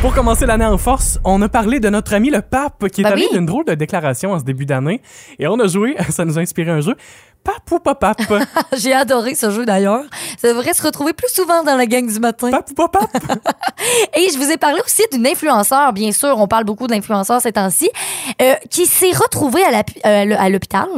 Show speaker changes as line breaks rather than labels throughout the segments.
Pour commencer l'année en force, on a parlé de notre ami le pape qui est
Ben
allé
oui.
d'une drôle de déclaration en ce début d'année et on a joué, ça nous a inspiré un jeu. Pape ou pas pape?
J'ai adoré ce jeu d'ailleurs. Ça devrait se retrouver plus souvent dans la gang du matin.
Pape ou pas pape?
Et je vous ai parlé aussi d'une influenceur, bien sûr, on parle beaucoup d'influenceurs ces temps-ci, euh, qui s'est retrouvée à la- euh, à l'h- à l'hôpital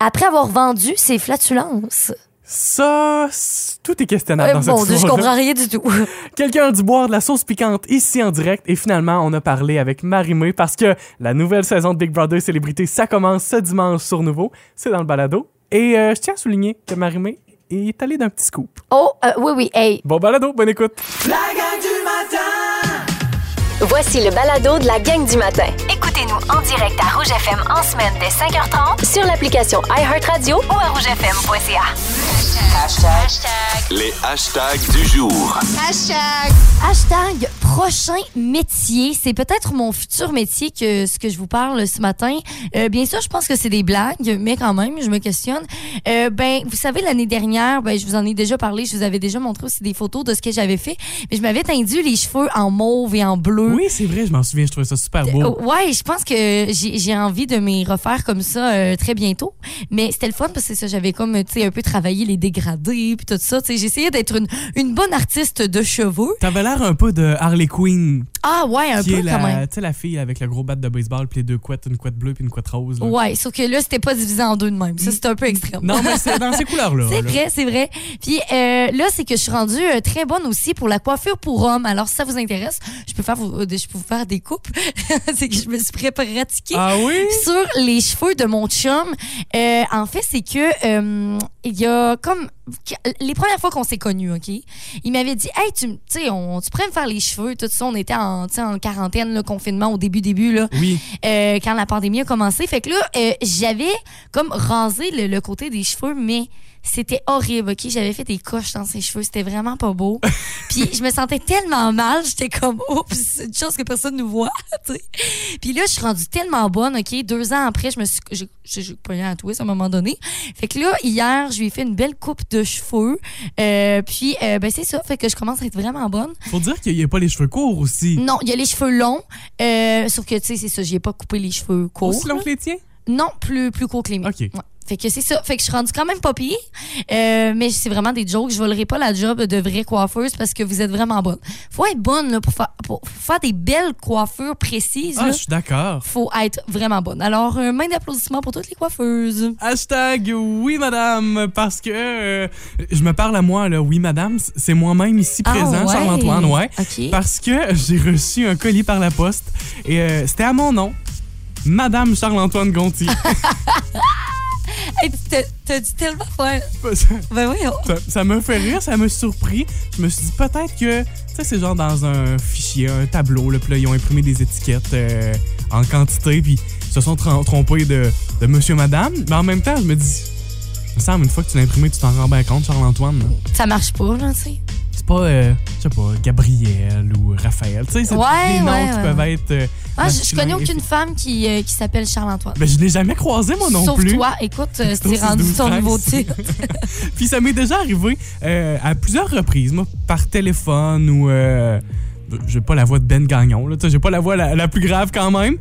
après avoir vendu ses flatulences.
Ça, c'est- tout est questionnable
Euh,
Bah, dans
mon
cette
Dieu, je
histoire-là.
comprends rien du tout.
Quelqu'un a dû boire de la sauce piquante ici en direct et finalement on a parlé avec Marie-Mé parce que la nouvelle saison de Big Brother Célébrité ça commence ce dimanche sur Nouveau, c'est dans le balado et euh, je tiens à souligner que Marie-Mé est allée d'un petit scoop.
Oh, euh, oui, oui, hey,
Bon balado, bonne écoute.
La gang du matin
Voici le balado de la gang du matin. Écoutez-nous en direct à Rouge FM en semaine dès 5h30 sur l'application iHeartRadio ou à rougefm.ca.
Les hashtags du jour.
Hashtag prochain métier. C'est peut-être mon futur métier que ce que je vous parle ce matin. Euh, bien sûr, je pense que c'est des blagues, mais quand même, je me questionne. Euh, ben, vous savez, l'année dernière, ben, je vous en ai déjà parlé, je vous avais déjà montré aussi des photos de ce que j'avais fait, mais je m'avais tendu les cheveux en mauve et en bleu.
Oui, c'est vrai, je m'en souviens, je trouvais ça super beau.
Oh, Ouais, je pense que j'ai j'ai envie de m'y refaire comme ça euh, très bientôt. Mais c'était le fun parce que c'est ça, j'avais comme tu sais un peu travaillé les dégradés puis tout ça. Tu sais, j'essayais d'être une, une bonne artiste de cheveux.
T'avais l'air un peu de Harley Quinn,
Ah ouais, un peu quand même.
la fille avec le gros bat de baseball puis les deux couettes, une couette bleue puis une couette rose.
Ouais, sauf que là, c'était pas divisé en deux de même. Ça, c'était un peu extrême.
mais c'est dans ces couleurs-là.
C'est vrai, c'est vrai. Puis euh, là, c'est que je suis rendue euh, très bonne aussi pour la coiffure pour hommes. Alors, si ça vous intéresse, je peux faire, vous- euh, je peux vous faire des coupes. c'est que je me suis pré- pratiquée
Ah oui?
sur les cheveux de mon chum. Euh, en fait, c'est que euh, il y a comme que- les premières fois qu'on s'est connus, ok, il m'avait dit, hey, tu, me- tu sais, on, tu pourrais me faire les cheveux, tout ça. On était en, tu sais, en quarantaine, le confinement au début, début là.
Oui.
Euh, quand la pandémie a commencé. Fait que là, euh, j'avais comme rasé le, le côté des cheveux, mais c'était horrible, OK? J'avais fait des coches dans ses cheveux. C'était vraiment pas beau. Puis je me sentais tellement mal. J'étais comme, oups, c'est une chose que personne nous voit, tu sais. Puis là, je suis rendue tellement bonne, OK? Deux ans après, je me suis... J'ai j'ai- j'ai pas eu un twist à un moment donné. Fait que là, hier, je lui ai fait une belle coupe de cheveux. Euh, puis, euh, ben c'est ça. Fait que je commence à être vraiment bonne.
Faut dire qu'il n'y a pas les cheveux courts aussi.
Non, il y a les cheveux longs. Euh, sauf que, tu sais, c'est ça, j'ai pas coupé les cheveux courts.
Aussi long que les tiens?
Non, plus, plus court que les miens.
OK.
Ouais. Fait que c'est ça. Fait que je suis rendue quand même pas pire. Euh, mais c'est vraiment des jokes. Je volerai pas la job de vraie coiffeuse parce que vous êtes vraiment bonne. Faut être bonne là, pour, fa- pour faire des belles coiffures précises.
Ah,
là.
je suis d'accord.
Faut être vraiment bonne. Alors, un main d'applaudissements pour toutes les coiffeuses.
Hashtag oui madame parce que euh, je me parle à moi là oui madame c'est moi-même ici
Ah,
présent
ouais.
Charles-Antoine ouais
OK.
parce que j'ai reçu un colis par la poste et euh, c'était à mon nom Madame Charles-Antoine Gontier
Hey, tu t'as- t'as dit tellement faire. Ben voyons.
ça, ça me fait rire ça me surpris je me suis dit peut-être que tu sais c'est genre dans un fichier un tableau là, puis là ils ont imprimé des étiquettes euh, en quantité puis ils se sont trom- trompés de, de monsieur madame mais en même temps je me dis ça une fois que tu l'as imprimé tu t'en rends bien compte Charles-Antoine là.
Ça marche pas, là, tu sais.
c'est pas, euh, je sais pas, Gabriel ou Raphaël. Tu sais, c'est
Ouais,
des noms
ouais,
qui
ouais.
peuvent être. euh,
Moi, je, je
masculins
connais
et
aucune femme qui, euh, qui s'appelle Charles-Antoine.
ben, je l'ai jamais croisé, moi non
Sauf
plus.
toi, écoute, euh,
au
c'est rendu
6-12-13.
ton nouveau titre.
Puis ça m'est déjà arrivé euh, à plusieurs reprises, moi, par téléphone ou. euh, j'ai pas la voix de Ben Gagnon, là. Tu sais, j'ai pas la voix la, la plus grave quand même.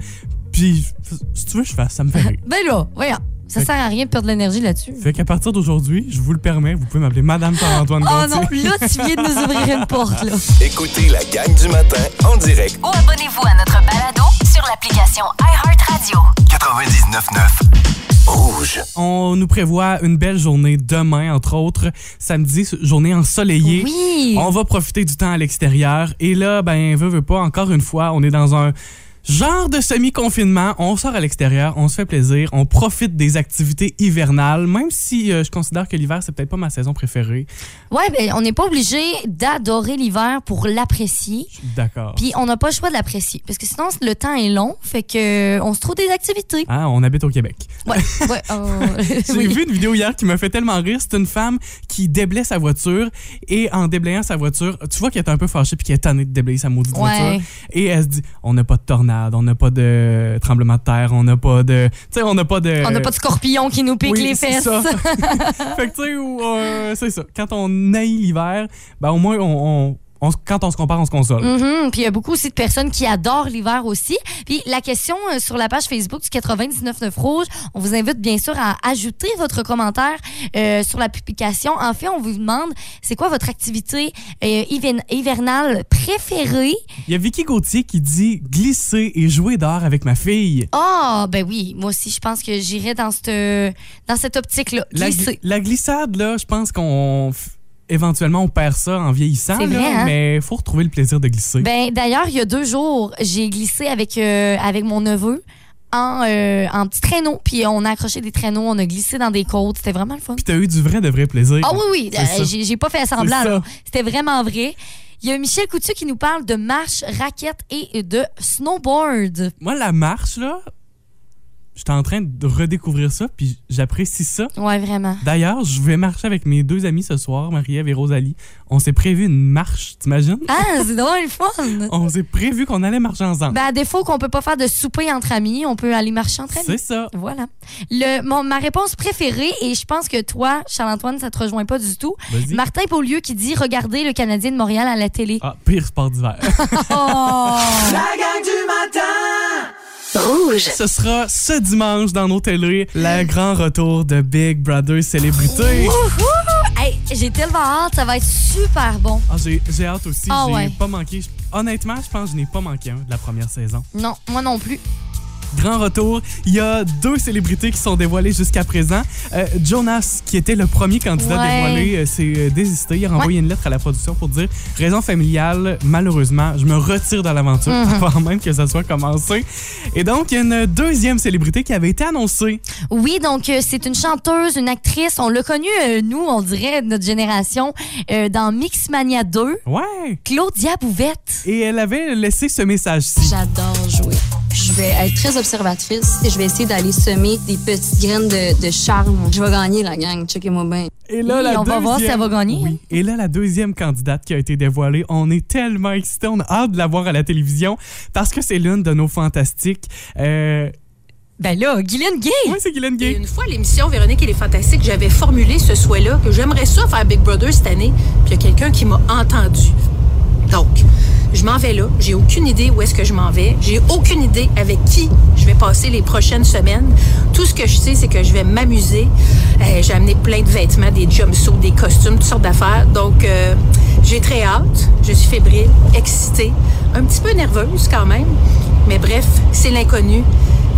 Puis, si tu veux, je fasse, ça me fait rire.
Ben là, voyons. Ça
Fait-
sert à rien de perdre de l'énergie là-dessus.
Fait qu'à partir d'aujourd'hui, je vous le permets, vous pouvez m'appeler Madame Pierre-Antoine
Oh
Gauthier.
non, là, tu viens de nous ouvrir une porte, là.
Écoutez la gang du matin en direct
Ou abonnez-vous à notre balado sur l'application iHeartRadio.
99.9 Rouge.
On nous prévoit une belle journée demain, entre autres. Samedi, journée ensoleillée.
Oui.
On va profiter du temps à l'extérieur. Et là, ben, veut, veut pas, encore une fois, on est dans un genre de semi-confinement. On sort à l'extérieur, on se fait plaisir, on profite des activités hivernales, même si euh, je considère que l'hiver, c'est peut-être pas ma saison préférée.
Ouais, ben, on n'est pas obligé d'adorer l'hiver pour l'apprécier.
Je suis D'accord.
Puis on n'a pas le choix de l'apprécier. Parce que sinon, le temps est long. Fait que euh, on se trouve des activités.
Ah, on habite au Québec.
Ouais, ouais. euh,
J'ai
oui.
vu une vidéo hier qui m'a fait tellement rire. C'est une femme qui déblaye sa voiture et en déblayant sa voiture, tu vois qu'elle est un peu fâchée puis qu'elle est tannée de déblayer sa maudite
Ouais.
voiture. Et elle se dit, on n'a pas de tornade, on n'a pas de tremblement de terre, on n'a pas de... Tu sais, on n'a pas de...
On n'a pas de scorpion qui nous pique
Oui,
les
c'est
fesses.
ça. fait que tu sais, ou, euh, c'est ça. Quand on naît l'hiver, ben au moins on, on- on se- quand on se compare, on se console.
Mm.
Mhm. Puis il y a beaucoup aussi de personnes qui adorent l'hiver aussi. Puis la question euh, sur la page Facebook du 99.9 Rouge, on vous invite bien sûr à ajouter votre commentaire euh, sur la publication. En fait, on vous demande c'est quoi votre activité euh, hiven- hivernale préférée.
Il y a Vicky Gauthier qui dit glisser et jouer d'art avec ma fille.
Ah, ben oui, moi aussi, je pense que j'irais dans cette, dans cette optique-là.
La, gl-
Glisser.
la glissade, là, je pense qu'on. f- Éventuellement, on perd ça en vieillissant,
C'est
là,
vrai, hein?
mais faut retrouver le plaisir de glisser.
Ben d'ailleurs, il y a deux jours, j'ai glissé avec euh, avec mon neveu en euh, en petit traîneau, puis on a accroché des traîneaux, on a glissé dans des côtes, c'était vraiment le fun.
Puis t'as eu du vrai, de vrai plaisir.
Ah oui oui,
C'est ça.
euh, j'ai j'ai pas fait semblant,
C'est
là.
ça.
c'était vraiment vrai. Il y a Michel Coutu qui nous parle de marche, raquette et de snowboard.
Moi, la marche, là, j'étais en train de redécouvrir ça, puis j'apprécie ça.
Ouais, vraiment.
D'ailleurs, je vais marcher avec mes deux amis ce soir, Marie-Ève et Rosalie. On s'est prévu une marche, t'imagines?
Ah, c'est drôle, le fun.
On s'est prévu qu'on allait marcher ensemble.
Ben à défaut qu'on peut pas faire de souper entre amis, on peut aller marcher entre amis.
C'est ça.
Voilà. Le, mon- ma réponse préférée, et je pense que toi, Charles-Antoine, ça te rejoint pas du tout.
Vas-y.
Martin Paulieu qui dit Regardez le Canadien de Montréal à la télé.
Ah, pire sport d'hiver.
Oh!
La gang du matin
Rouge.
ce sera ce dimanche dans nos télés,
Hein?
le grand retour de Big Brother Célébrité.
Hey, J'ai tellement hâte, ça va être super bon.
Ah, j'ai j'ai hâte aussi,
Ah
j'ai
ouais.
pas manqué. Je- Honnêtement, je pense que je n'ai pas manqué un de la première saison.
Non, moi non plus.
Grand retour, il y a deux célébrités qui sont dévoilées jusqu'à présent. Euh, Jonas, qui était le premier candidat
Ouais.
dévoilé, euh, s'est euh, désisté. Il a renvoyé une lettre à la production pour dire « Raison familiale, malheureusement, je me retire de l'aventure
Mhm.
avant même que ça soit commencé. » Et donc, il y a une deuxième célébrité qui avait été annoncée.
Oui, donc euh, c'est une chanteuse, une actrice. On l'a connue, euh, nous, on dirait, notre génération, euh, dans Mixmania 2,
Ouais!
Claudia Bouvette.
Et elle avait laissé ce message-ci.
J'adore jouer. Je vais être très observatrice et je vais essayer d'aller semer des petites graines de, de charme. Je vais gagner la gang, checkez-moi bien.
Et là,
Oui,
la
on va voir si
deuxième-
elle va gagner.
hein.
Oui. Et là, la deuxième candidate qui a été dévoilée, on est tellement excités, on a hâte de la voir à la télévision parce que c'est l'une de nos fantastiques. Euh...
Ben là, Guylaine Gay.
Oui, c'est Guylaine Gay.
Et une fois, à l'émission Véronique et les Fantastiques, j'avais formulé ce souhait-là, que j'aimerais ça faire Big Brother cette année, puis il y a quelqu'un qui m'a entendu. Donc, je m'en vais là, j'ai aucune idée où est-ce que je m'en vais, j'ai aucune idée avec qui je vais passer les prochaines semaines. Tout ce que je sais, c'est que je vais m'amuser. Euh, j'ai amené plein de vêtements, des jumpsuits, des costumes, toutes sortes d'affaires. Donc, euh, j'ai très hâte, je suis fébrile, excitée, un petit peu nerveuse quand même. Mais bref, c'est l'inconnu.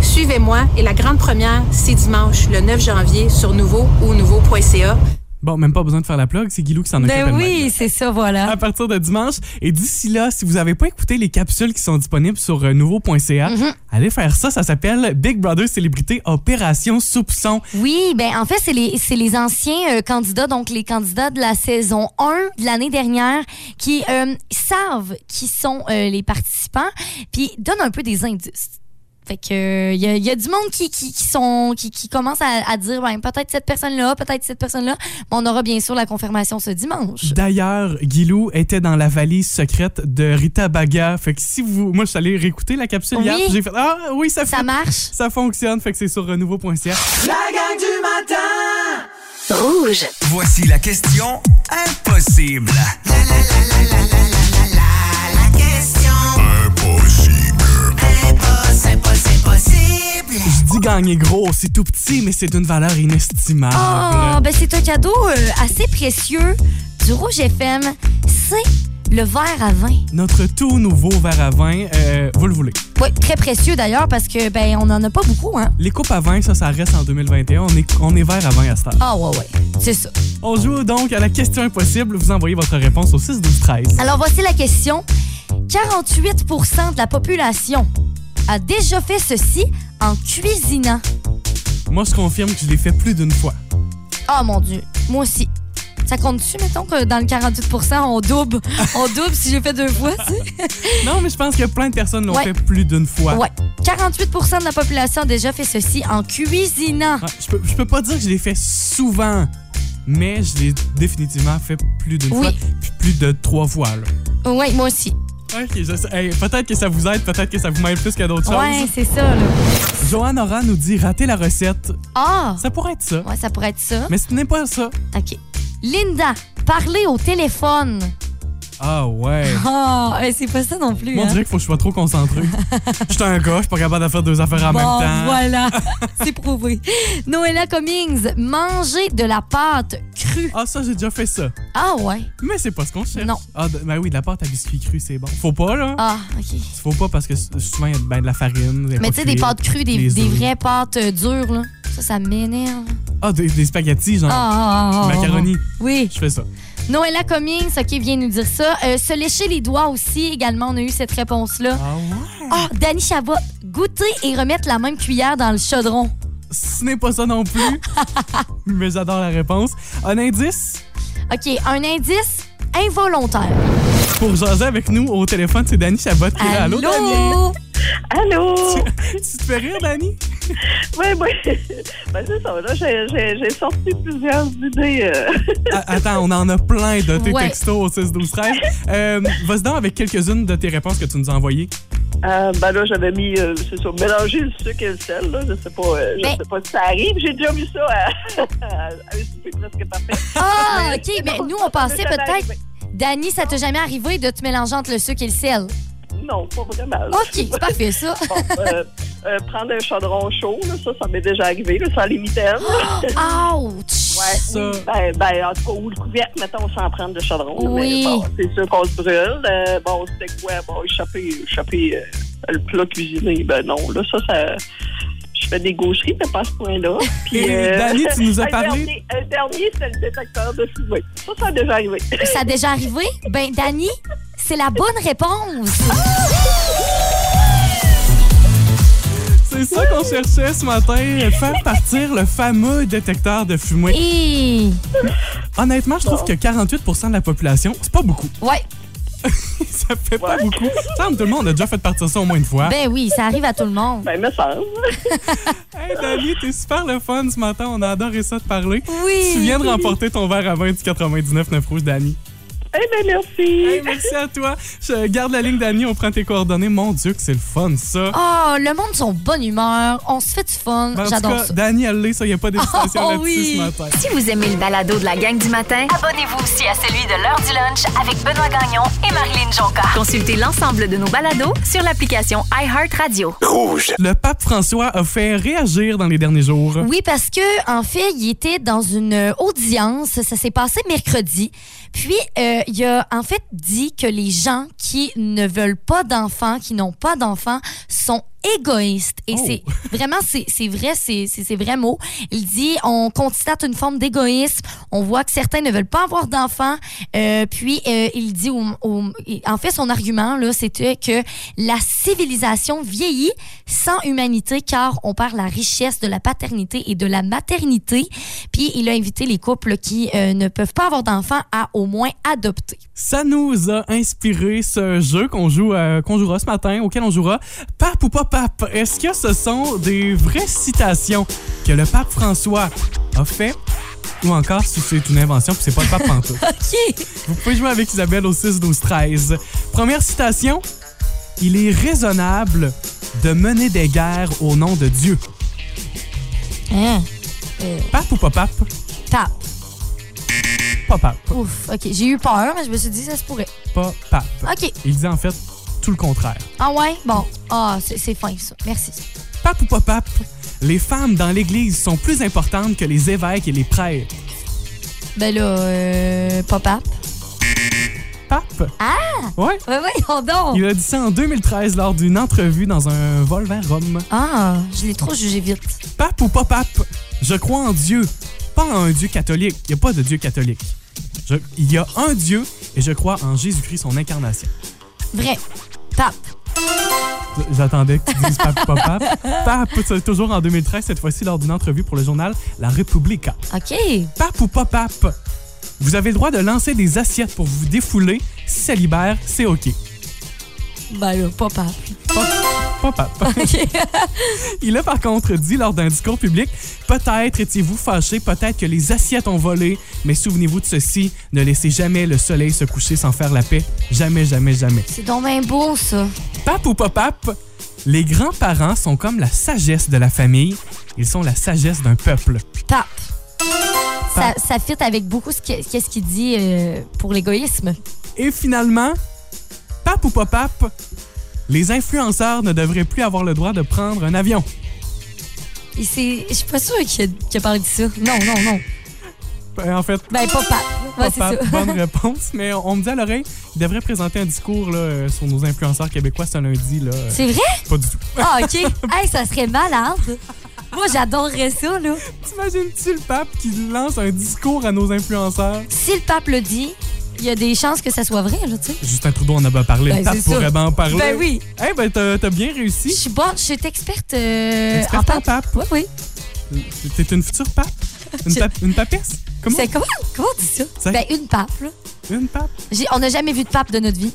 Suivez-moi et la grande première, c'est dimanche, le 9 janvier, sur nouveau ou nouveau.ca.
Bon, même pas besoin de faire la plug, c'est Guilou qui s'en occupe.
Ben
elle-même.
oui, c'est ça, voilà.
À partir de dimanche. Et d'ici là, si vous n'avez pas écouté les capsules qui sont disponibles sur euh, nouveau.ca,
Mm-hmm.
allez faire ça. Ça s'appelle Big Brother Célébrité Opération Soupçon.
Oui, ben en fait, c'est les, c'est les anciens euh, candidats, donc les candidats de la saison 1 de l'année dernière, qui euh, savent qui sont euh, les participants, puis donnent un peu des indices. Fait que il y, a- y a du monde qui, qui, qui sont qui, qui commence à, à dire ben, peut-être cette personne-là, peut-être cette personne-là. Mais on aura bien sûr la confirmation ce dimanche.
D'ailleurs, Guilou était dans la valise secrète de Rita Baga. Fait que si vous. Moi, je suis allé réécouter la capsule hier,
Oui.
puis j'ai fait Ah oui, ça,
Ça
fait-
marche.
Ça fonctionne, fait que c'est sur euh, renouveau.ca.
La gang du matin
Rouge.
Voici la question impossible.
Je dis gagner gros, c'est tout petit, mais c'est d'une valeur inestimable.
Oh, ben c'est un cadeau euh, assez précieux du Rouge FM. C'est le verre à vin.
Notre tout nouveau verre à vin, euh, vous le voulez.
Oui, très précieux d'ailleurs parce que ben on en a pas beaucoup hein.
Les coupes à vin, ça, ça reste en 2021. On est, on est verre à vin à ce stade.
Ah ouais ouais, c'est ça.
On joue donc à la question impossible. Vous envoyez votre réponse au 6-12-13.
Alors voici la question. 48% de la population a déjà fait ceci en cuisinant.
Moi, je confirme que je l'ai fait plus d'une fois.
Ah mon dieu, moi aussi. Ça compte-tu, mettons, que dans le 48 on double? On double si j'ai fait deux fois, tu sais?
Non, mais je pense que plein de personnes l'ont
Ouais.
fait plus d'une fois.
Ouais. 48 de la population a déjà fait ceci en cuisinant.
Ouais, Je peux, je peux pas dire que je l'ai fait souvent, mais je l'ai définitivement fait plus d'une
Oui.
fois, puis plus de trois fois. Là.
Oui, moi aussi.
Ok, je sais. Hey, peut-être que ça vous aide, peut-être que ça vous mêle plus que d'autres
Ouais, c'est ça, là.
choses. Joanne Oran nous dit rater la recette.
Ah!
Ça pourrait être ça.
Ouais, ça pourrait être ça.
Mais ce n'est pas ça.
OK. Linda, parler au téléphone.
Ah ouais.
Oh, hey, c'est pas ça non plus.
Moi, on
hein.
dirait qu'il faut que je sois trop concentré. Je suis un gars, je suis pas capable de faire deux affaires en
Bon,
même temps.
voilà, c'est prouvé. Noëlla Cummings, manger de la pâte crue.
Ah, ça, j'ai déjà fait ça.
Ah ouais.
Mais c'est pas ce qu'on cherche.
Non.
Ah, de- ben oui, de la pâte à biscuits crus, c'est bon. Faut pas, là.
Ah, OK.
Faut pas parce que souvent, il y a de- ben, de la farine.
Mais tu sais, des pâtes crues, des,
des
des
œufs.
vraies pâtes euh, dures, là. Ça, ça m'énerve.
Ah, des, des spaghettis, genre.
Ah, ah, ah, ah,
Macaroni.
ah. Oui.
Je fais ça.
Noëlla Cummings, OK, vient nous dire ça. Euh, se lécher les doigts aussi, également, on a eu cette réponse-là.
Ah ouais?
Ah, Danny Chabot, goûter et remettre la même cuillère dans le chaudron.
Ce n'est pas ça non plus. mais j'adore la réponse. Un indice
OK, un indice involontaire.
pour jaser avec nous au téléphone, c'est Dani Chabot qui est là. Allô, Dani?
Allô?
Allô?
Tu te fais rire, Dani?
Oui, oui. Ben, c'est ça, là, j'ai- j'ai j'ai sorti plusieurs idées. euh.
A- Attends, on en a plein de tes
Ouais.
textos au 6 12 13. Euh, Vas-y donc avec quelques-unes de tes réponses que tu nous as envoyées.
Euh, ben là, j'avais mis, euh, c'est ça, mélanger le sucre et le sel, là. Je sais pas, euh, je
Ben-
sais pas si ça arrive. J'ai déjà vu ça à, à un souper presque parfait.
Ah, OK, mais nous, on pensait
Ça m'est
peut-être...
arrivé.
Dani, ça t'a jamais arrivé de te mélanger entre le sucre et le sel?
Non, pas vraiment. là.
OK, c'est parfait, ça.
Bon, euh, euh, prendre un chaudron chaud, là, ça, ça m'est déjà arrivé, là, sans les mitaines.
Ouch!
Ouais,
Ça.
oui, ben, ben, en tout cas, ou le couvercle, mettons, sans prendre de chaudron. là,
Oui.
Mais bon, c'est sûr qu'on se brûle. Euh, bon, c'était quoi? Bon, échapper, échapper euh, le plat cuisiné. Ben non, là, ça, ça... Je fais des gaucheries, mais pas à ce point-là. Puis, euh,
Et, Dani, tu nous as
un
parlé-
Dernier, un dernier, c'est le détecteur de fumée. Ça, ça a déjà arrivé.
Ça a déjà arrivé? Ben, Dani, c'est la bonne réponse.
C'est ça qu'on cherchait ce matin, faire partir le fameux détecteur de fumée.
Et...
Honnêtement, je trouve que 48 de la population, c'est pas beaucoup.
Ouais,
Ça fait pas beaucoup. Ça, tout le monde a déjà fait partir ça au moins une fois.
ben oui, ça arrive à tout le monde.
Ben, me semble.
Hey, Dani, t'es super le fun ce matin. On a adoré ça de parler.
Oui.
Tu viens de remporter ton verre à 20 du 99 9 rouge, Dani.
Eh ben, merci.
Hey, merci à toi. Je garde la ligne, Dani. On prend tes coordonnées. Mon Dieu, que c'est le fun, ça.
Oh, le monde sont de bonne humeur, on se fait du fun,
Ben, en tout
Oh, j'adore
cas,
ça.
Dani, elle l'est, ça. Il n'y a pas d'hésitation
Oh,
là-dessus
oui.
ce matin.
Si vous aimez le balado de la gang du matin, abonnez-vous aussi à celui de l'heure du lunch avec Benoît Gagnon et Marilyn Jonca. Consultez l'ensemble de nos balados sur l'application iHeartRadio.
Le pape François a fait réagir dans les derniers jours.
Oui, parce que en fait, il était dans une euh, audience. Ça s'est passé mercredi. Puis euh, il a en fait dit que les gens qui ne veulent pas d'enfants, qui n'ont pas d'enfants, sont égoïstes. Et
Oh.
c'est vraiment, c'est c'est vrai, c'est c'est ses vrais mots. Il dit, on constate une forme d'égoïsme. On voit que certains ne veulent pas avoir d'enfants. Euh, puis euh, il dit, au- au- en fait, son argument là, c'était que la civilisation vieillit sans humanité car on perd la richesse de la paternité et de la maternité. Puis il a invité les couples qui euh, ne peuvent pas avoir d'enfants à au moins adopter.
Ça nous a inspiré ce jeu qu'on joue, euh, qu'on jouera ce matin, auquel on jouera Pape ou pas pape. Est-ce que ce sont des vraies citations que le pape François a fait ou encore si c'est une invention puis c'est pas le pape pantoute?
OK.
Vous pouvez jouer avec Isabelle au 6 12 13. Première citation Il est raisonnable de mener des guerres au nom de Dieu.
Hein?
Pape ou pas pape
Pape.
Pas pape.
Ouf. OK. J'ai eu peur, mais je me suis dit, ça se pourrait.
Pas pape.
OK.
Il dit en fait tout le contraire.
Ah ouais? Bon. Ah, c'est c'est fin, ça. Merci.
Pape ou pas pape, les femmes dans l'Église sont plus importantes que les évêques et les prêtres.
Ben là, euh, pas pape.
Pape? Ah! Ouais.
Ben voyons donc.
Il a dit ça en 2013 lors d'une entrevue dans un vol vers Rome.
Ah, je l'ai trop jugé vite.
Pape ou pas pape, je crois en Dieu, pas en un Dieu catholique. Il n'y a pas de Dieu catholique. Je- il y a un Dieu et je crois en Jésus-Christ, son incarnation.
Vrai. Pape.
J'attendais que tu dises pape ou pas pape. Pape, c'est toujours en 2013, cette fois-ci lors d'une entrevue pour le journal La Repubblica.
OK.
Pape ou pas pape, vous avez le droit de lancer des assiettes pour vous défouler. Si ça libère, c'est OK.
Ben là, pas pape.
Pas pape. Il a par contre dit lors d'un discours public Peut-être étiez-vous fâché, peut-être que les assiettes ont volé, mais souvenez-vous de ceci ne laissez jamais le soleil se coucher sans faire la paix. Jamais, jamais, jamais.
C'est donc bien beau, ça.
Pape ou pas pape, les grands-parents sont comme la sagesse de la famille ils sont la sagesse d'un peuple.
Pape. ça, ça fit avec beaucoup ce que- qu'est-ce qu'il dit euh, pour l'égoïsme.
Et finalement, pape ou pas pape, les influenceurs ne devraient plus avoir le droit de prendre un avion.
Et c'est- Je suis pas sûre qu'il a, qu'il a parlé de ça. Non, non, non.
Euh, En fait,
Ben, pas pape. Ouais,
pas
c'est
pape,
ça.
bonne réponse, mais on on me dit à l'oreille qu'il devrait présenter un discours là, euh, sur nos influenceurs québécois ce lundi. Là, euh,
C'est vrai?
pas du tout.
Ah, OK. Hey, ça serait malade. Moi, j'adorerais ça, là.
T'imagines-tu le pape qui lance un discours à nos influenceurs?
Si le pape le dit, il y a des chances que ça soit vrai, là, tu sais.
Justin Trudeau en a pas parlé.
Ben,
le pape
c'est ça.
pourrait bien en parler.
Ben oui.
Eh ben, t'as t'as bien
Je
réussi.
suis bonne, je suis experte euh,
Experte en pape.
Oui, oui.
T'es une future pape? Une,
Je-
pape- une papesse? Comment?
C'est comment, comment on dit ça?
Ça-
Ben, une pape, là.
Une pape?
J'ai- On n'a jamais vu de pape de notre vie.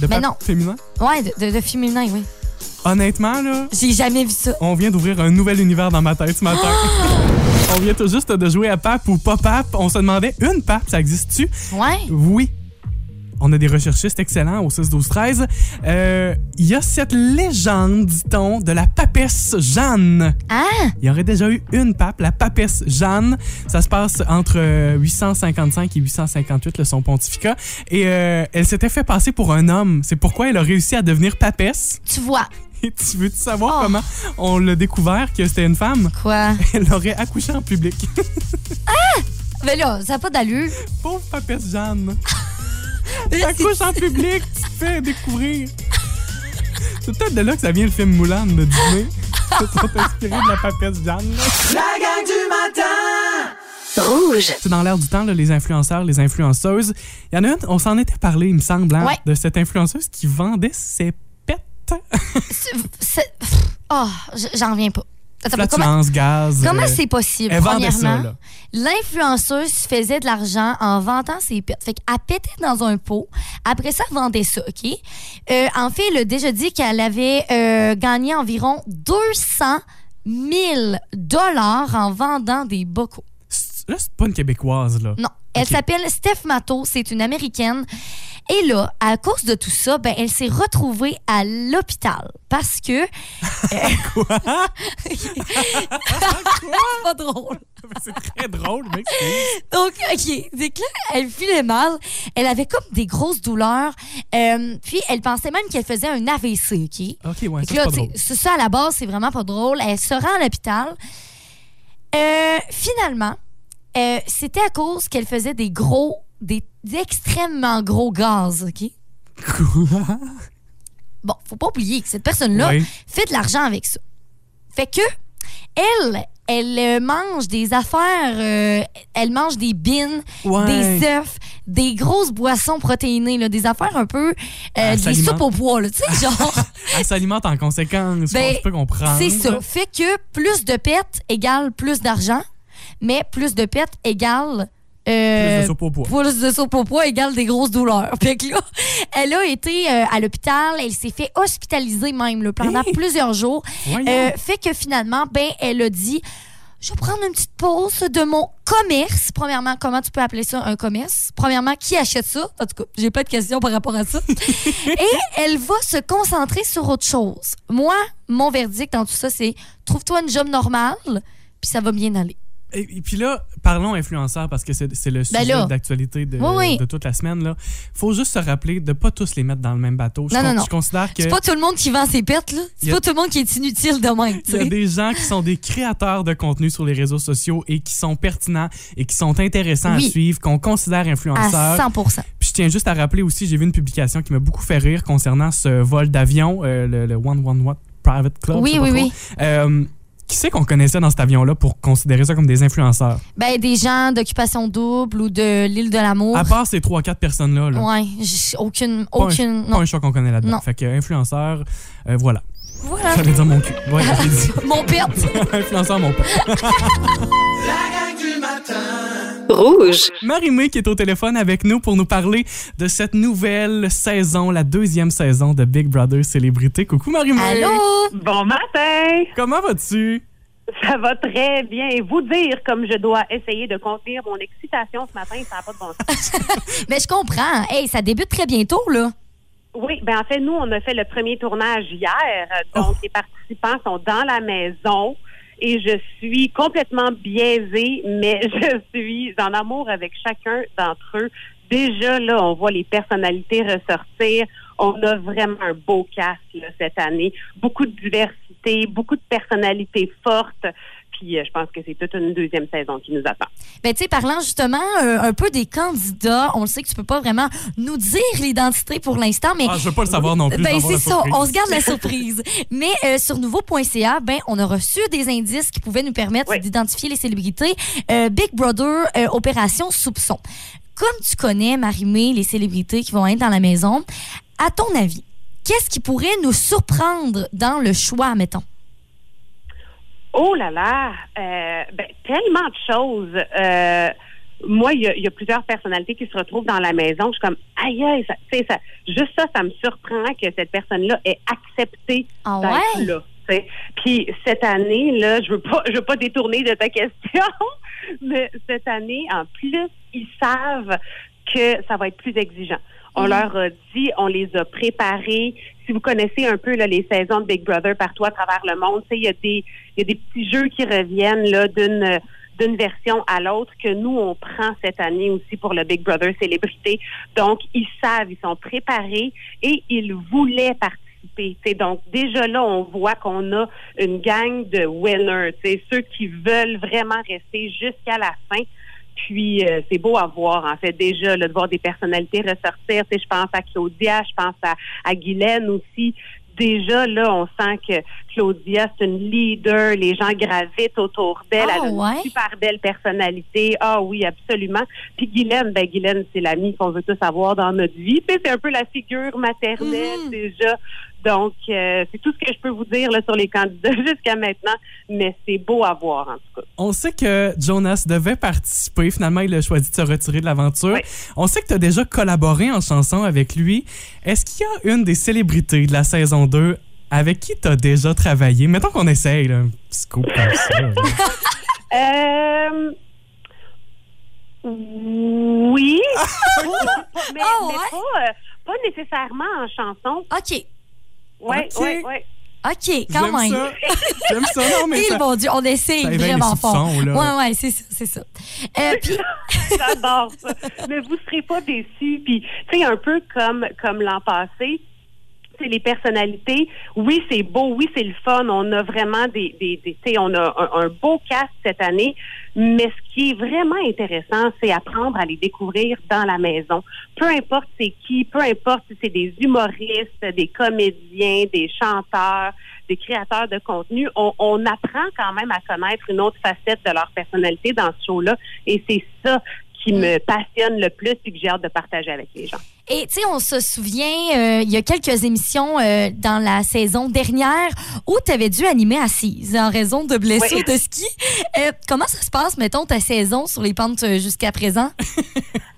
De
Ben
pape
non.
féminin?
Ouais, de, de, de féminin, oui.
Honnêtement, là,
J'ai jamais vu ça.
on vient d'ouvrir un nouvel univers dans ma tête ce matin.
Ah!
on vient tout juste de jouer à pape ou pas pape. On se demandait, une pape, ça existe-tu?
Ouais.
Oui. On a des recherchistes excellents au 6-12-13. Euh, Il y a cette légende, dit-on, de la papesse Jeanne.
Hein?
Il y aurait déjà eu une pape, la papesse Jeanne. Ça se passe entre euh, 855 et 858, le son pontificat. Et euh, elle s'était fait passer pour un homme. C'est pourquoi elle a réussi à devenir papesse.
Tu vois.
Et tu veux-tu savoir
Oh.
comment on l'a découvert que c'était une femme?
Quoi?
Elle aurait accouché en public.
Mais Ben là, ça n'a pas d'allure.
Pauvre papesse Jeanne.
Là, c'est-
T'accouches en public, tu te fais découvrir. C'est peut-être de là que ça vient le film Moulin de Disney. Ils se sont inspirés de la papesse Jeanne. là.
La gang du matin!
C'est dans l'air du temps, là, les influenceurs, les influenceuses. Il y en a une, on s'en était parlé, il me semble, hein,
Ouais.
de cette influenceuse qui vendait ses pets.
c'est- pff, Oh, j- j'en reviens pas. Attends, comment
Flatulence, gaz.
comment
euh,
c'est possible,
Elle vendait ça,
premièrement?
là.
L'influenceuse faisait de l'argent en vendant ses pets. Fait qu'elle pétait dans un pot. Après ça, elle vendait ça, OK? Euh, en fait, elle a déjà dit qu'elle avait euh, gagné environ 200 000 dollars en vendant des bocaux.
C'est- Là, c'est pas une Québécoise, là.
Non. Elle
Ok.
s'appelle Steph Matto, c'est une Américaine. Et là, à cause de tout ça, ben, elle s'est retrouvée à l'hôpital parce que... euh, C'est pas drôle.
C'est très drôle, mec.
Donc, OK. C'est que là, elle filait mal. Elle avait comme des grosses douleurs. Euh, puis, elle pensait même qu'elle faisait un AVC, OK?
OK, ouais, ça,
Fait que
c'est
là,
pas
tu sais,
drôle.
c'est ça, à la base, c'est vraiment pas drôle. Elle se rend à l'hôpital. Euh, finalement, euh, c'était à cause qu'elle faisait des gros, des extrêmement gros gaz, OK?
Quoi?
Bon, faut pas oublier que cette personne-là
Oui.
fait de l'argent avec ça. Fait que, elle, elle euh, mange des affaires, euh, elle mange des bines,
Ouais.
des œufs, des grosses boissons protéinées, là, des affaires un peu, euh,
Elle
des
s'alimente.
soupes au poids, là, tu
Ah,
sais, genre.
Elle s'alimente en conséquence.
Ben,
je peux comprendre.
C'est ça. Fait que plus de pets égale plus d'argent, mais plus de pets égale. euh,
Plus de soupe au poids.
Plus de soupe au poids égale des grosses douleurs. Fait que là, elle a été euh, à l'hôpital, elle s'est fait hospitaliser même là, pendant
Hey!
plusieurs jours.
Voyons.
Euh, fait que finalement, ben, elle a dit Je vais prendre une petite pause de mon commerce. Premièrement, comment tu peux appeler ça un commerce Premièrement, qui achète ça En tout cas, j'ai pas de questions par rapport à ça. Et elle va se concentrer sur autre chose. Moi, mon verdict dans tout ça, c'est trouve-toi une job normale, puis ça va bien aller.
Et, et puis là, parlons influenceurs parce que c'est c'est le sujet
Ben là.
d'actualité de,
Oui, oui.
de toute la semaine. Là. Faut juste se rappeler de pas tous les mettre dans le même bateau. Je,
Non, non, non.
je considère que
C'est pas tout le monde qui vend ses pets, là. C'est
Y a-
pas tout le monde qui est inutile de même, tu
il y a
sais.
des gens qui sont des créateurs de contenu sur les réseaux sociaux et qui sont pertinents et qui sont intéressants
Oui.
à suivre, qu'on considère
À
influenceurs.
100
Puis je tiens juste à rappeler aussi, j'ai vu une publication qui m'a beaucoup fait rire concernant ce vol d'avion, euh, le, le 111 Private Club.
Oui,
je sais pas
oui,
trop.
oui.
Euh, qui c'est qu'on connaissait dans cet avion-là pour considérer ça comme des influenceurs?
Ben, des gens d'occupation double ou de l'île de l'amour.
À part ces 3-4 personnes-là. là.
Ouais, j'ai aucune.
un-
aucune
Ah, Pas
non.
un choix qu'on connaît là-dedans.
Non.
Fait que influenceur, euh, voilà.
Voilà.
J'allais dire mon cul. Ouais, j'ai dit.
Mon pet.
influenceur, mon père.
La gang du matin!
Marie-Mé qui est au téléphone avec nous pour nous parler de cette nouvelle saison, la deuxième saison de Big Brother Célébrité. Coucou Marie-Mé.
Allô?
Bon matin!
Comment vas-tu?
Ça va très bien. Et vous dire comme je dois essayer de contenir mon excitation ce matin, ça n'a pas de bon sens.
Mais je comprends. Hey, ça débute très bientôt, là.
Oui, ben en fait,
Oh.
nous, on a fait le premier tournage hier. Donc, les participants sont dans la maison. et je suis complètement biaisée, mais je suis en amour avec chacun d'entre eux. Déjà, là, on voit les personnalités ressortir. On a vraiment un beau casque là, cette année. Beaucoup de diversité, beaucoup de personnalités fortes. Puis euh, je pense que c'est toute une deuxième saison qui nous attend.
Ben, tu sais, parlant justement euh, un peu des candidats, on le sait que tu peux pas vraiment nous dire l'identité pour l'instant, mais.
Ah, je veux pas le savoir non plus.
Ben,
j'en vois
c'est
la
ça,
surprise.
on se garde la surprise. Mais euh, sur nouveau.ca, ben, on a reçu des indices qui pouvaient nous permettre d'identifier les célébrités. Euh, Big Brother, euh, Opération Soupçon. Comme tu connais, Marimé, les célébrités qui vont être dans la maison, à ton avis, qu'est-ce qui pourrait nous surprendre dans le choix, mettons?
Oh là là, euh, ben, tellement de choses. Euh, moi, il y, a- il y a plusieurs personnalités qui se retrouvent dans la maison. Je suis comme, aïe, aïe, ça, tu sais, ça, juste ça, ça me surprend que cette personne-là ait accepté
Ah
d'être
ouais?
là. tu sais. Puis cette année, là, je veux pas, je veux pas détourner de ta question, mais cette année, en plus, ils savent que ça va être plus exigeant. On
Mm.
leur a dit, on les a préparés. Si vous connaissez un peu là, les saisons de Big Brother partout à travers le monde, tu sais, il y a des il y a des petits jeux qui reviennent là d'une euh, d'une version à l'autre que nous on prend cette année aussi pour le Big Brother célébrité. Donc ils savent, ils sont préparés et ils voulaient participer. tu sais. donc déjà là on voit qu'on a une gang de winners, tu sais, ceux qui veulent vraiment rester jusqu'à la fin. Puis euh, c'est beau à voir, en fait, déjà, là, de voir des personnalités ressortir. Tu sais, je pense à Claudia, je pense à, à Guylaine aussi. Déjà, là, on sent que Claudia, c'est une leader. Les gens gravitent autour d'elle.
Ah,
Elle a une
ouais?
super belle personnalité. Ah oui, absolument. Puis Guylaine, ben Guylaine, c'est l'amie qu'on veut tous avoir dans notre vie. Puis c'est un peu la figure maternelle,
Mm-hmm.
déjà. Donc, euh, c'est tout ce que je peux vous dire là, sur les candidats jusqu'à maintenant. Mais c'est beau à voir, en tout cas.
On sait que Jonas devait participer. Finalement, il a choisi de se retirer de l'aventure.
Oui.
On sait que tu as déjà collaboré en chanson avec lui. Est-ce qu'il y a une des célébrités de la saison 2 avec qui tu as déjà travaillé? Mettons qu'on essaye, là. un petit coup comme ça. là.
Euh... Oui. mais
Ah
mais
ouais?
pas, euh, pas nécessairement en chanson.
OK,
Oui,
Ok.
oui, oui.
OK, quand
J'aime
même.
ça. J'aime ça. Non, mais
Et
ça-
le bon Dieu, on essaye
ça éveille les
vraiment fort.
soupçons, là.
Ouais, ouais, c'est ça, c'est ça. Euh, puis,
J'adore ça. mais vous serez pas déçus. Puis, tu sais, un peu comme, comme l'an passé, c'est les personnalités. Oui, c'est beau. Oui, c'est le fun. On a vraiment des, des, des- tu sais, on a un, un beau cast cette année. Mais ce qui est vraiment intéressant, c'est apprendre à les découvrir dans la maison. Peu importe c'est qui, peu importe si c'est des humoristes, des comédiens, des chanteurs, des créateurs de contenu, on, on apprend quand même à connaître une autre facette de leur personnalité dans ce show-là. Et c'est ça qui me passionne le plus et que j'ai hâte de partager avec les gens.
Et tu sais, on se souvient, euh, il y a quelques émissions euh, dans la saison dernière où tu avais dû animer assise en raison de blessures
Oui.
de ski. Euh, comment ça se passe, mettons, ta saison sur les pentes euh, jusqu'à présent?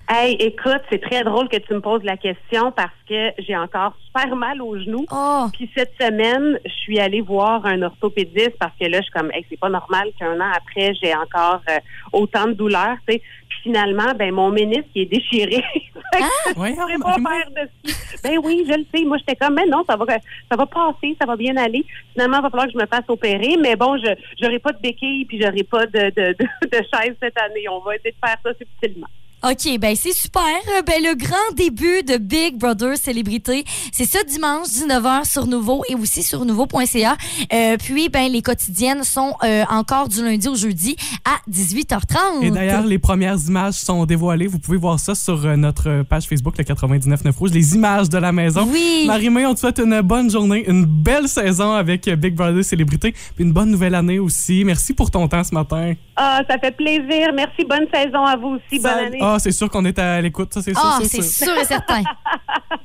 Hey, écoute, c'est très drôle que tu me poses la question parce que j'ai encore super mal aux genoux.
Oh,
Puis cette semaine, je suis allée voir un orthopédiste parce que là, je suis comme, hey, c'est pas normal qu'un an après, j'ai encore euh, autant de douleurs, tu sais. Puis finalement, ben mon ménisque il est déchiré. Fait que
Voyons,
je pourrais pas
Marie-Mo.
faire de ski. Ben oui, je le sais. Moi, j'étais comme, mais non, ça va, ça va passer, ça va bien aller. Finalement, il va falloir que je me fasse opérer, mais bon, je j'aurai pas de béquille puis j'aurai pas de, de, de, de chaise cette année. On va essayer de faire ça subtilement.
OK, ben c'est super. Euh, Ben, le grand début de Big Brother Célébrité, c'est ce dimanche 19h sur Nouveau et aussi sur nouveau.ca. Euh, puis, ben les quotidiennes sont euh, encore du lundi au jeudi à 18h30.
Et d'ailleurs, les premières images sont dévoilées. Vous pouvez voir ça sur euh, notre page Facebook, le 99.9 Rouge, les images de la maison.
Oui.
Marie-Mé, on te souhaite une bonne journée, une belle saison avec euh, Big Brother Célébrité, puis une bonne nouvelle année aussi. Merci pour ton temps ce matin.
Ah, ça fait plaisir. Merci. Bonne saison à vous aussi. Bonne
Ça-
année.
Ah, c'est sûr qu'on est à l'écoute, ça, c'est sûr.
Ah,
sûr,
c'est
sûr.
sûr et certain.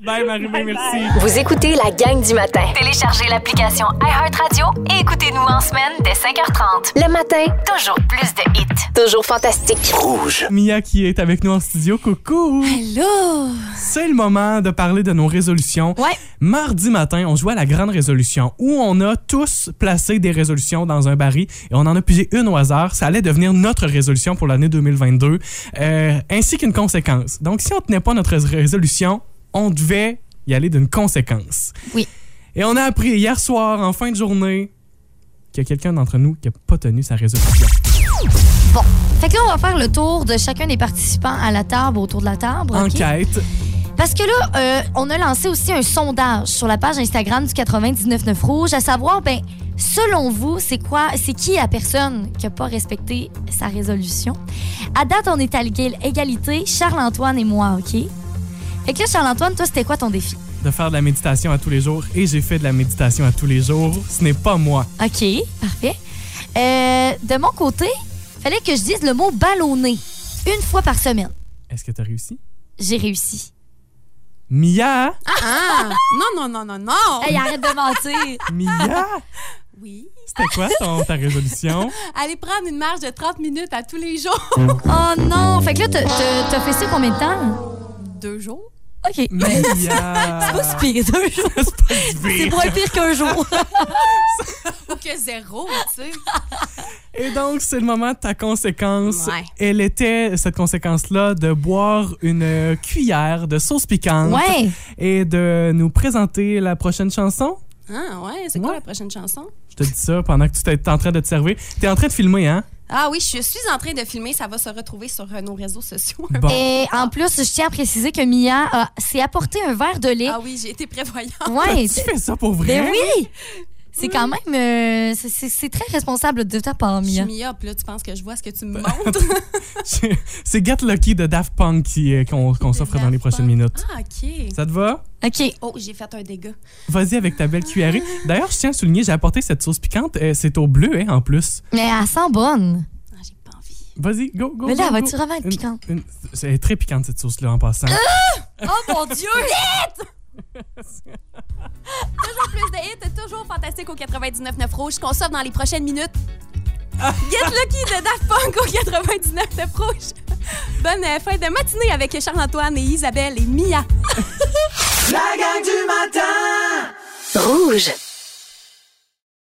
Bye, Marie-Mé, merci.
Vous écoutez la gang du matin. Téléchargez l'application iHeartRadio et écoutez-nous en semaine dès 5h30. Le matin, toujours plus de hits. Toujours fantastique.
Mia qui est avec nous en studio, coucou!
Hello!
C'est le moment de parler de nos résolutions.
Ouais.
Mardi matin, on jouait à la grande résolution où on a tous placé des résolutions dans un baril et on en a pigé une au hasard. Ça allait devenir notre résolution pour l'année 2022, euh, ainsi qu'une conséquence. Donc, si on tenait pas notre résolution, on devait y aller d'une conséquence.
Oui.
Et on a appris hier soir, en fin de journée, qu'il y a quelqu'un d'entre nous qui n'a pas tenu sa résolution.
Bon. Fait que là, on va faire le tour de chacun des participants à la table, autour de la table. OK?
Enquête.
Parce que là, euh, on a lancé aussi un sondage sur la page Instagram du 99.9 Rouge, à savoir, ben, selon vous, c'est quoi, c'est qui la personne qui n'a pas respecté sa résolution? À date, on est à l'égal- égalité, Charles-Antoine et moi, OK? Fait que là, Charles-Antoine, toi, c'était quoi ton défi?
De faire de la méditation à tous les jours et j'ai fait de la méditation à tous les jours. Ce n'est pas moi.
OK, parfait. Euh, de mon côté, fallait que je dise le mot ballonné une fois par semaine.
Est-ce que tu as réussi?
J'ai réussi.
Mia!
Ah! Non, non, non, non, non!
Hey, arrête de mentir!
Mia!
Oui.
C'était quoi ton- ta résolution?
Allez prendre une marche de 30 minutes à tous les jours.
Oh non! Fait que là, t'as- t'as t'as fait ça combien de temps?
Deux jours?
OK.
Mia!
C'est pas si pire, deux jours. C'est moins pire qu'un jour.
Ou que zéro, tu sais.
Et donc, c'est le moment de ta conséquence.
Ouais.
Elle était, cette conséquence-là, de boire une euh, cuillère de sauce piquante
Ouais.
et de nous présenter la prochaine chanson.
Ah ouais, c'est quoi
Ouais.
la prochaine chanson?
Je te dis ça pendant que tu t'es- t'es en train de te servir. T'es en train de filmer, hein?
Ah oui, je suis en train de filmer, ça va se retrouver sur euh, nos réseaux sociaux.
Bon.
Et en plus, je tiens à préciser que Mia a- s'est apporté un verre de lait.
Ah oui, j'ai été prévoyante.
Ouais.
Tu fais ça pour vrai?
Ben oui! C'est quand même. euh, c'est- c'est c'est très responsable de ta part,
Je suis
Mia.
myope, là, tu penses que je vois ce que tu me montres?
c'est Get Lucky de Daft Punk qui, euh, qu'on qu'on s'offre dans les prochaines minutes.
Ah, OK.
Ça te va?
OK.
Oh, j'ai fait un dégât.
Vas-y avec ta belle cuillerée. D'ailleurs, je tiens à souligner, j'ai apporté cette sauce piquante. Euh, c'est au bleu, hein, en plus.
Mais elle sent bonne.
Ah, j'ai pas envie.
Vas-y, go, go.
Mais là,
go,
elle
go.
va-tu vraiment être
Une-
piquante?
une- C'est très piquante, cette sauce-là, en passant.
Oh mon Dieu!
Toujours plus de hits, toujours fantastique au 99.9 Rouge qu'on s'offre dans les prochaines minutes. Get Lucky de Daft Punk au 99.9 Rouge. Bonne euh, fin de matinée avec Charles-Antoine et Isabelle et Mia.
La gang du matin
Rouge.